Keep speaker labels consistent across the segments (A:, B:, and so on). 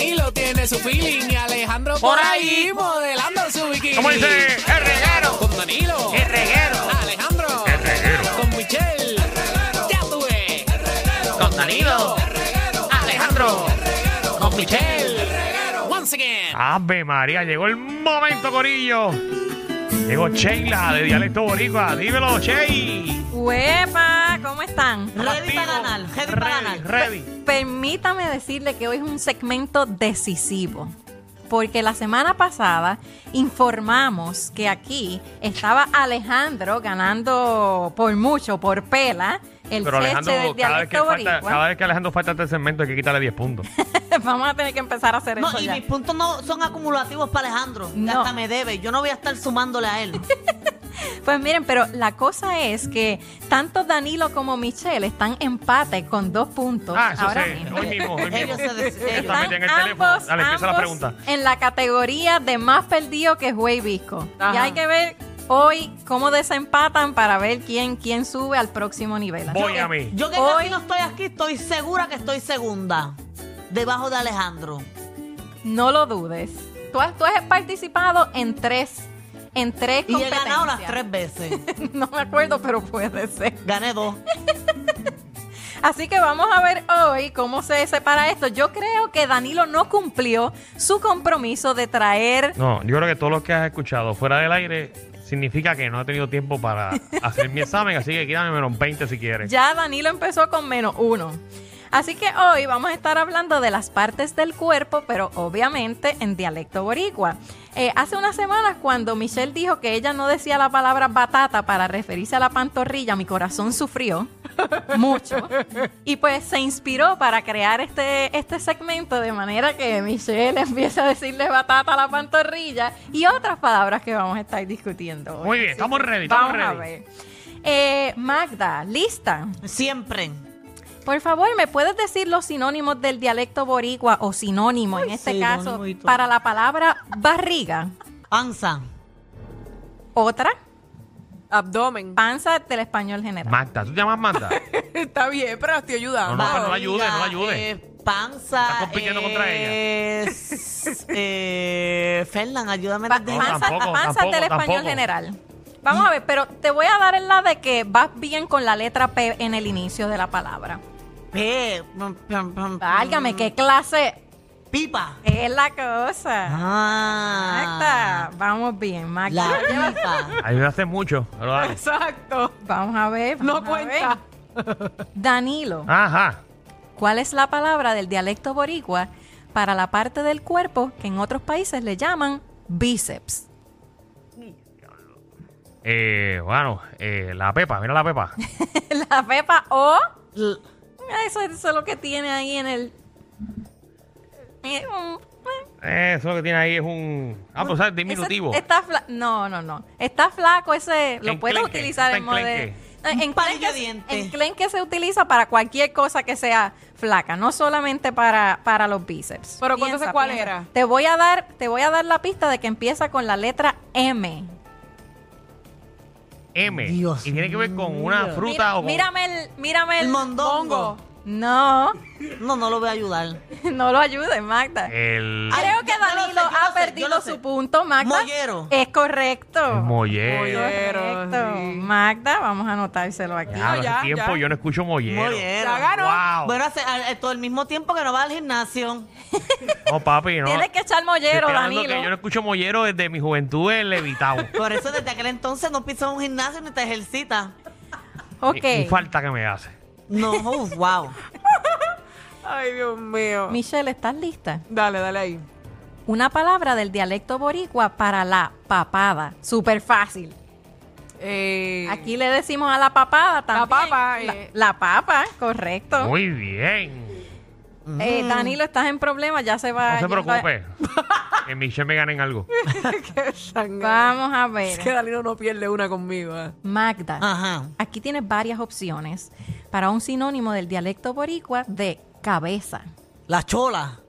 A: de su feeling. Y Alejandro
B: Por ahí.
A: modelando su bikini.
C: ¿Cómo dice? El reguero.
A: Con Danilo.
C: El reguero.
A: Alejandro. Con Michelle. Ya tuve.
B: Con Danilo.
A: Alejandro. Con Michelle. Once again.
C: Ave María, llegó el momento, Corillo. Llegó Sheila de Dialecto Boricua. Dímelo, Shey.
D: ¡Huepa! ¿Cómo están?
B: Ready para ganar, ready para
C: Ready,
B: ganar.
C: ready.
D: Permítame decirle que hoy es un segmento decisivo. Porque la semana pasada informamos que aquí estaba Alejandro ganando por mucho, por pela, el
C: Pero
D: cheche
C: Alejandro,
D: del
C: cada vez, que
D: dialecto
C: falta, cada
D: boricua.
C: vez que Alejandro falta este segmento hay que quitarle 10 puntos.
D: Vamos a tener que empezar a hacer
B: No,
D: eso
B: y
D: ya.
B: mis puntos no son acumulativos para Alejandro. que
D: No.
B: Hasta me debe. Yo no voy a estar sumándole a él.
D: Pues miren, pero la cosa es que tanto Danilo como Michelle están empate con dos puntos
C: Ah, eso
D: ahora
C: sí.
D: mismo.
C: Hoy mismo, hoy mismo.
B: Ellos se des-
C: Está
B: ellos-
D: Están
C: metida en el teléfono.
D: ambos-
C: Dale, empieza la
D: ambos
C: pregunta.
D: En la categoría de más perdido que es Wey Visco. Y hay que ver hoy cómo desempatan para ver quién, quién sube al próximo nivel. Así
C: Voy
D: que
C: a mí.
B: Yo que
D: Hoy-
B: casi no estoy aquí, estoy segura que estoy segunda. Debajo de Alejandro.
D: No lo dudes. Tú has, tú has participado en tres, en tres
B: Y he
D: competencias.
B: ganado las tres veces.
D: no me acuerdo, pero puede ser.
B: Gané dos.
D: Así que vamos a ver hoy cómo se separa esto. Yo creo que Danilo no cumplió su compromiso de traer
C: No, yo creo que todo lo que has escuchado fuera del aire significa que no he tenido tiempo para hacer mi examen, así que quítame menos 20 si quieres.
D: Ya Danilo empezó con menos uno. Así que hoy vamos a estar hablando de las partes del cuerpo, pero obviamente en dialecto boricua. Eh, hace unas semanas cuando Michelle dijo que ella no decía la palabra batata para referirse a la pantorrilla, mi corazón sufrió mucho. Y pues se inspiró para crear este, este segmento de manera que Michelle empieza a decirle batata a la pantorrilla y otras palabras que vamos a estar discutiendo. hoy.
C: Muy bien, estamos ready, estamos
D: Vamos a
C: ready.
D: ver. Eh, Magda, ¿lista?
B: Siempre.
D: Por favor, ¿me puedes decir los sinónimos del dialecto boricua o sinónimo en
B: Ay,
D: este
B: sinónimo
D: caso
B: y todo.
D: para la palabra barriga?
B: Ansa.
D: Otra,
E: Abdomen.
D: panza del español general.
C: Magda, ¿tú te llamas Magda?
E: Está bien, pero estoy ayudando.
C: No, no, no la ayude, no la ayude.
B: eh, panza.
C: Está compitiendo contra ella.
B: s- eh, Fernan, ayúdame.
D: Pa-
B: de-
C: No,
D: panza
C: tampoco,
D: panza del
C: tampoco,
D: español
C: tampoco.
D: general. Vamos a ver, pero te voy a dar el la de que vas bien con la letra P en el inicio de la palabra.
B: Pe- pam, pam, pam,
D: Válgame, qué clase
B: Pipa.
D: es la cosa.
B: Ah.
D: Magda, vamos bien, Magda.
B: La
D: Lleva-
B: pipa.
C: Ayudaste mucho, pero dale.
E: Exacto.
D: Vamos a ver.
E: No
D: vamos a ver.
E: cuenta.
D: Danilo.
C: Ajá.
D: ¿Cuál es la palabra del dialecto boricua para la parte del cuerpo que en otros países le llaman bíceps?
C: Eh, bueno, eh, la Pepa, mira la Pepa.
D: la pepa o...
B: L-
D: Eso, eso es lo que tiene ahí en el... Eh, mm, eh.
C: Eh, Eso que tiene ahí es un. Ah, pero sabes, diminutivo.
D: Eso está fla- no, no, no. Está flaco ese... Lo puedes
C: Enclenque,
D: utilizar
C: está
D: en modelo...
C: enclenque.
D: No,
B: Un palillo
D: enclenque-
B: de diente.
D: enclenque se utiliza para cualquier cosa que sea flaca, no solamente para, para los bíceps.
E: Pero entonces,
D: Piensa,
E: ¿cuál
D: piensa.
E: era?
D: Te voy a dar, te voy a dar la pista de que empieza con la letra M.
C: M.
B: Dios
C: y tiene que ver con una
B: mío.
C: fruta o con.
D: mírame el, mírame el,
B: El mondongo.
E: Hongo.
D: No,
B: No, no lo voy a ayudar.
D: no lo ayudes, Magda.
C: Eh, El.
B: Ay,
D: Creo
B: yo-
D: que
B: yo lo sé,
D: Danilo
B: yo lo
D: ha
B: sé, yo
D: perdido
B: lo sé.
D: su punto, Magda.
B: Mollero.
D: Es correcto.
C: el mollero.
E: Mollero.
D: Correcto.
E: sí.
D: Magda, vamos a anotárselo
C: Ya,
D: aquí.
E: No,
C: hace
E: ya,
C: tiempo
E: ya.
C: yo no escucho mollero.
B: Mollero.
E: Ya ganó.
C: Wow.
B: Bueno, hace, al- al- todo el mismo tiempo que no va al gimnasio.
C: No, papi, no.
D: Tienes que echar mollero,
C: Te estoy hablando que yo no
D: Danilo.
C: escucho mollero desde mi juventud en Levitao.
B: Por eso desde aquel entonces no pisas un gimnasio ni te ejercitas.
D: Ok.
C: Y- y Eh, falta que me hace.
B: No, oh, wow.
E: Ay, Dios mío.
D: Michelle, ¿estás lista?
E: Dale, dale ahí.
D: Una palabra del dialecto boricua para la papada. Súper fácil.
E: Eh,
D: Aquí le decimos a la papada también.
E: papa,
D: La,
E: eh.
D: la papa, correcto.
C: Muy bien.
D: Eh, Danilo, estás en problemas, ya se
C: No se
D: va. yendo a-
C: preocupe. Que Michelle me gane en algo.
E: qué sangrado.
D: Vamos a
E: Es que
D: ver.
E: Danilo no pierde una conmigo. eh.
D: Magda,
C: Ah.
B: Ajá.
D: aquí tienes varias opciones para un sinónimo del dialecto boricua de cabeza.
B: La chola.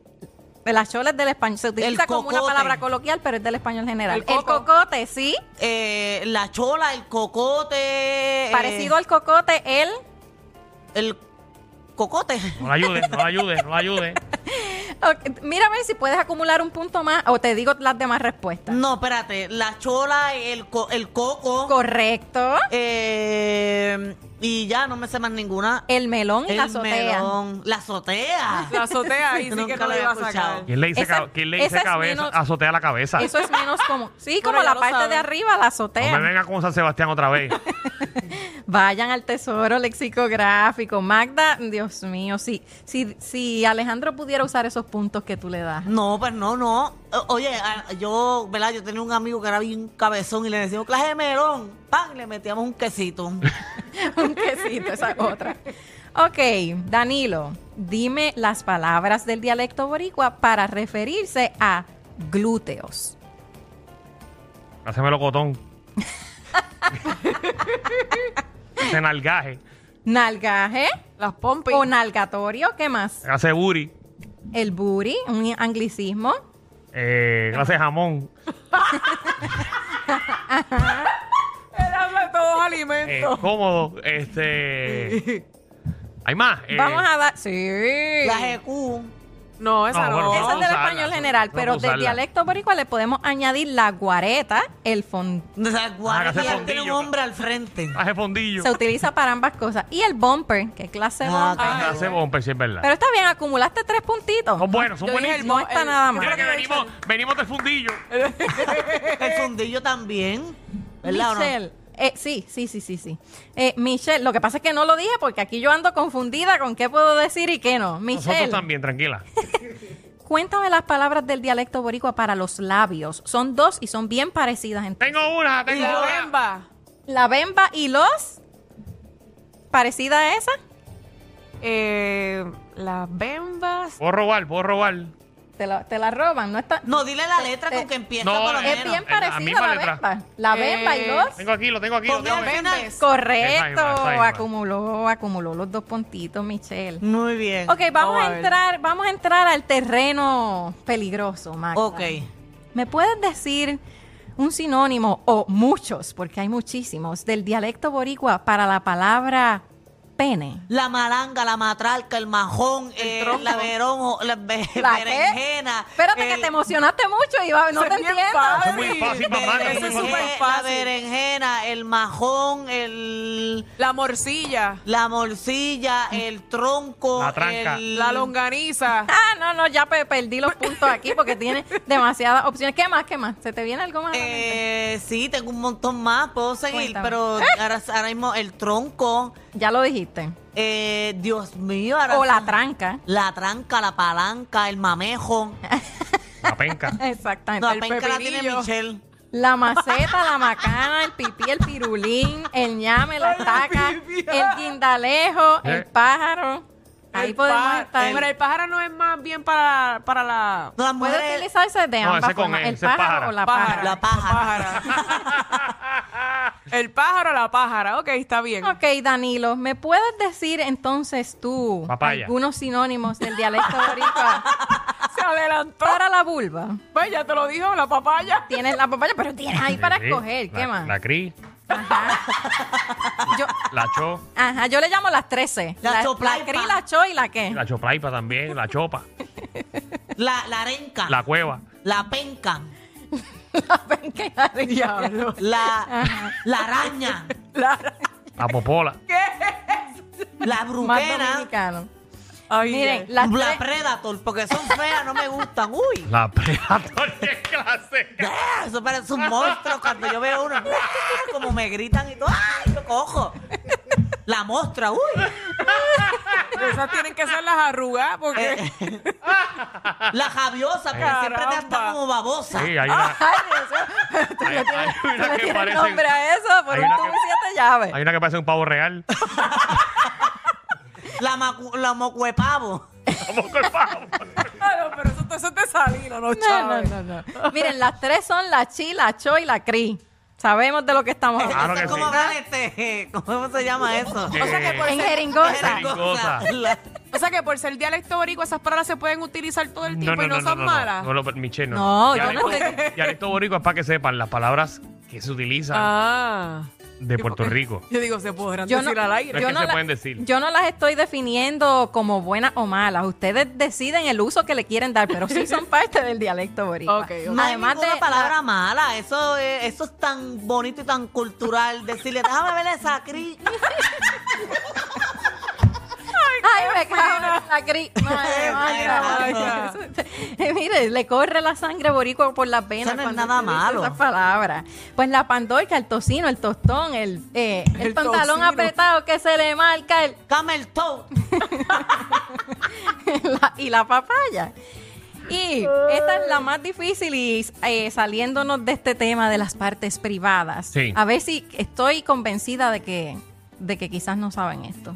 D: De las cholas del español. Se utiliza
B: El
D: como una
B: cocote.
D: palabra coloquial, pero es del español general.
E: El coco.
D: cocote, sí.
B: Eh, la chola, el cocote. eh,
D: Parecido al cocote, el.
B: El cocote.
C: No la ayude, no la ayude, no la ayude.
D: Ok, Mira a ver si puedes acumular un punto más o te digo las demás respuestas.
B: No, espérate. La chola, el, co- el coco.
D: Correcto.
B: eh, y ya, no me sé más ninguna.
D: El melón y Eh, la azotea.
B: melón. La azotea.
E: La azotea ahí sí que
B: Nunca
E: no
B: la
E: le
B: había
E: iba a sacar.
B: escuchado.
C: ¿Quién le dice,
D: Esa-
C: ca- quién le dice
D: esa es
C: cabeza?
D: menos-
C: azotea la cabeza.
D: Eso es menos común. Sí,
E: Bueno,
D: como
E: ya
D: la
E: lo
D: parte de
E: saben.
D: arriba, la
C: no
D: azotea.
C: me venga con San Sebastián otra vez.
D: Vayan al tesoro lexicográfico. Magda, Dios mío, si, si, si Alejandro pudiera usar esos puntos que tú le das.
B: No, pues no, no. O- Oye, a- yo, ¿verdad? Yo tenía un amigo que era bien cabezón y le decíamos clase de melón. ¡Pam! y Le metíamos un quesito.
D: Un quesito, esa es otra. Ok, Danilo, dime las palabras del dialecto boricua para referirse a glúteos.
C: Haceme locotón. Hace nalgaje.
D: Nalgaje
E: Las pompis.
C: Pues-
D: o nalgatorio, ¿qué más?
C: Hace booty.
D: El booty, un anglicismo.
C: Eh, hace jamón.
E: Dame todos
C: Eh,
E: alimentos.
C: cómodo. Este. Hay más. eh,
D: Vamos a dar... Sí.
B: La GQ.
E: No,
C: No,
E: esa no.
C: bueno,
D: Esa es
C: Vamos a usarla,
D: del español general,
C: vamos a
D: pero del
C: usarla.
D: dialecto boricua le podemos añadir la guareta, el fondo.
B: O sea, guarda,
C: Hágase
B: y él tiene un
C: Ah, fondillo. Ah.
B: hombre al frente.
C: Hace fondillo.
D: Se utiliza para ambas cosas. Y el bumper, que clase de
B: Ah,
D: bumper.
E: Ay,
C: Hace bumper, sí, es verdad.
D: Pero está bien, acumulaste tres puntitos.
C: son buenos, son
E: Yo dije el
C: buenísimos.
D: No está nada mal.
C: Mira que venimos, venimos del fundillo.
B: El fundillo también. ¿Verdad o no?
D: Michelle. eh, sí, sí, sí, sí, sí. Eh, Michelle, lo que pasa es que no lo dije porque aquí yo ando confundida con qué puedo decir y qué no. Michelle,
C: Nosotros también, tranquila.
D: cuéntame las palabras del dialecto boricua para los labios. Son dos y son bien parecidas. entre-
C: Tengo una, tengo
E: La
C: una.
E: bemba.
D: La bemba y los... ¿Parecida a esa?
E: Eh, las bembas.
C: Puedo robar, puedo robar.
D: Te la, te la roban, no está...
B: No, dile la letra
D: Eh,
B: con que empieza
C: no,
B: por lo
C: eh,
D: Es
B: menos.
D: bien
C: la misma
D: parecida a la
C: letra.
D: bemba. La
E: Eh,
D: bemba y los...
C: Tengo aquí, lo tengo aquí. Lo
B: Ponle
C: tengo
B: al
C: aquí.
B: final.
E: Bembes.
D: Correcto,
C: Esa misma, esa misma.
D: acumuló, acumuló los dos puntitos, Michelle.
B: Muy bien.
D: Ok, vamos
E: Vamos a
D: a
E: ver.
D: entrar, vamos a entrar al terreno peligroso, Magda.
B: Ok.
D: ¿Me puedes decir un sinónimo o muchos, porque hay muchísimos, del dialecto boricua para la palabra pene?
B: La malanga, la matralca, el majón, el eh,
E: tronco.
B: la veronjo, la, be-
D: ¿La qué?
B: berenjena. eh,
D: Espérate
B: el-
D: que te emocionaste mucho y va- no
E: Eso
D: te
E: es bien
D: entiendo.
E: fácil.
C: Es muy fácil,
B: berenje-
C: mamá.
E: Eso
C: es muy
E: es súper
C: fácil.
B: La
E: fácil.
B: berenjena, el majón, el...
E: La morcilla.
B: La morcilla, el tronco,
C: La tranca.
B: el-
E: La longaniza.
D: Ah, no, no, ya pe- perdí los puntos aquí porque tiene demasiadas opciones. ¿Qué más? ¿Qué más? ¿Se te viene algo más? a la mente?
B: Eh, sí, tengo un montón más, puedo seguir,
D: Cuéntame.
B: pero ahora, ahora mismo el tronco,
D: ya lo dijiste.
B: eh, Dios mío, ahora
D: O la tranca.
B: la tranca, la palanca, el mamejo.
C: La penca.
D: Exactamente.
B: No,
D: El
B: la penca la tiene
E: pepinillo.
B: Michelle.
D: La maceta, la macana, el pipí, el pirulín, el ñame, la taca, el guindalejo, el
C: Eh.
D: pájaro. Ahí
E: El
D: podemos
E: pá-
D: estar.
E: Pero el pájaro no es más bien para, para la.
B: No, las
D: Puede
B: mujeres,
D: utilizarse de
C: No,
D: ambas
C: ese con
D: formas,
C: él,
D: el
C: ese
D: pájaro
C: pájaro.
D: o la
E: pájara.
D: pájara.
B: La pájara.
E: pájara. el pájaro, la pájara. Ok, está bien.
D: Ok, Danilo, ¿me puedes decir entonces tú
C: Papaya.
D: algunos sinónimos del dialecto boricua
E: Se adelantó.
D: para la vulva?
E: Pues ya te lo dijo, la papaya.
D: Tienes la papaya, pero tienes ahí para
C: Sí,
D: escoger. ¿Qué
C: la-
D: más?
C: La cri,
D: Yo,
C: la cho,
D: ajá, yo le llamo las 13.
B: La
D: la
B: choplaipa.
D: cri, la cho y la qué.
C: la choplaipa también, la chopa,
B: la, la
D: Ah.
B: arenca,
C: la
B: la,
C: cueva,
B: penca,
D: Ven que la rica.
E: Diablo.
B: la, la araña,
C: la popola.
B: la
D: Más
B: bruquera,
D: dominicano.
E: Ay,
D: Miren,
E: Dios.
D: las
B: la
D: tres-
B: predator, porque son feas, no me gustan. Uy,
C: La predator de clase.
B: ¡ah! eso parece un monstruo cuando yo veo uno. ¡ah! Como me gritan y todo. ¡Ay, yo cojo! La mostra, uy.
E: esas tienen que ser las arrugas porque.
B: eh, La javiosa, porque siempre te
E: Caramba.
B: está como babosa.
C: Sí, hay una,
D: Ay, Dios mío. Tú
C: Hay-
D: le tienes-
C: hay una
D: tú le
C: que
D: tienes
C: parece-
D: nombre a eso por
C: hay
D: un
C: una
D: tubo
C: que-
D: y siete llaves.
C: hay una que parece un pavo real.
B: La, macu- la mocuepavo.
C: Tampoco el pavo.
E: Ah, no, pero eso, te- eso te salieron, no,
D: No,
E: chaves.
D: no, no, no. Miren, las tres son la chi, la cho y la cri. Sabemos de lo que estamos
C: Claro
D: hablando.
B: Eso
C: que
B: es como
C: sí.
B: hablar este, ¿cómo se llama eso?
C: Eh,
D: En jeringosa.
C: Jeringosa.
B: La-
E: O sea que por ser dialecto boricua, esas palabras se pueden utilizar todo el tiempo y no, son malas.
C: No, no, pero Michelle, no.
D: No, yo no
C: Dialecto- Dialecto boricua es para que sepan las palabras que se utilizan
E: Ah.
C: de Puerto Rico.
E: Yo digo, se podrán
D: Yo no,
E: decir al aire.
C: Es
D: yo
C: que
D: no
C: se
D: la-
C: pueden decir.
D: yo no las estoy definiendo como buenas o malas. Ustedes deciden el uso que le quieren dar, pero sí son parte del dialecto boricua.
E: Ok, ok.
B: No hay
D: Además de
B: ninguna palabra mala. Eso, es- eso es tan bonito y tan cultural. Decirle, déjame ver esa cri.
D: Ay, me cago en la cri. Madre, madre,
B: Ay,
D: madre. Eh, Mire, le corre la sangre boricua por las venas.
B: Eso no es
D: cuando
B: nada
D: usted dice
B: malo.
D: Esas palabras. Pues la pandorca, el tocino, el tostón, el, eh, el
E: El
D: pantalón
E: tocino.
D: apretado que se le marca, el-
B: Camel toe.
D: la- y la papaya. Y esta es la más difícil y eh, saliéndonos de este tema de las partes privadas.
C: Sí.
D: A ver si estoy convencida de que, de que quizás no saben esto.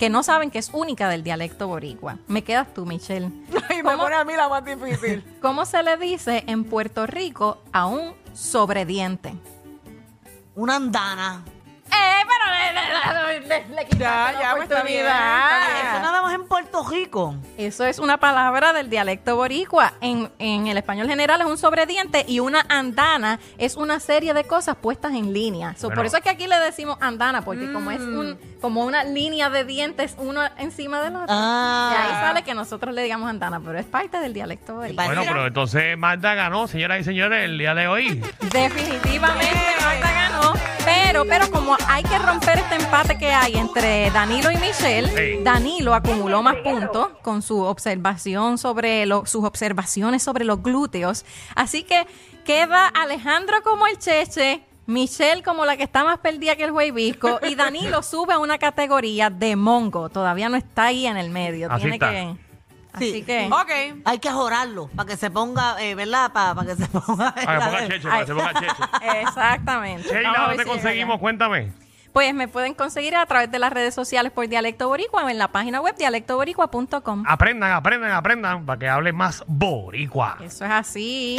D: Que no saben que es única del dialecto boricua. Me quedas tú, Michelle.
E: Y me
D: ¿Cómo,
E: pone a mí la más difícil.
D: cómo se le dice en Puerto Rico a un sobrediente? Eh,
B: Una andana.
D: pero le, le- le- le- le quitaste
E: Ya,
D: la
E: ya, pues, está bien,
D: oportunidad.
E: está bien.
B: Eso nada más en Puerto Rico.
D: Eso es una palabra del dialecto boricua. En, en el español general es un sobrediente y una andana es una serie de cosas puestas en línea. So, Por
C: Bueno.
D: eso es que aquí le decimos andana, porque como es un, como una línea de dientes uno encima del otro. De ahí
B: Ah.
D: sale que nosotros le digamos andana, pero es parte del dialecto boricua.
C: Bueno, pero entonces Magda ganó, señoras y señores, el día de hoy.
D: Definitivamente Marta ganó. Pero, pero como hay que romper este empate que hay entre Danilo y Michelle,
C: Sí.
D: Danilo acumuló más puntos con su observación sobre lo- sus observaciones sobre los glúteos. Así que queda Alejandro como el cheche. Michelle como la que está más perdida que el huevisco y Danilo sube a una categoría de mongo. Todavía no está ahí en el medio.
C: Así
D: Tiene
C: está.
D: que.
B: Sí.
D: Así
E: Eh.
D: que.
E: ok.
B: Hay que jorarlo para que se ponga, eh, ¿verdad? Para que se
C: Para
B: ponga.
C: que ponga cheche, para que se ponga cheche.
D: Exactamente. Vamos a
C: Sheila, ¿dónde
D: ver si llega allá.
C: conseguimos? Cuéntame.
D: Pues me pueden conseguir a través de las redes sociales por Dialecto Boricua o en la página web dialectoboricua.com.
C: Aprendan, aprendan, aprendan para que hable más boricua.
D: Eso es así.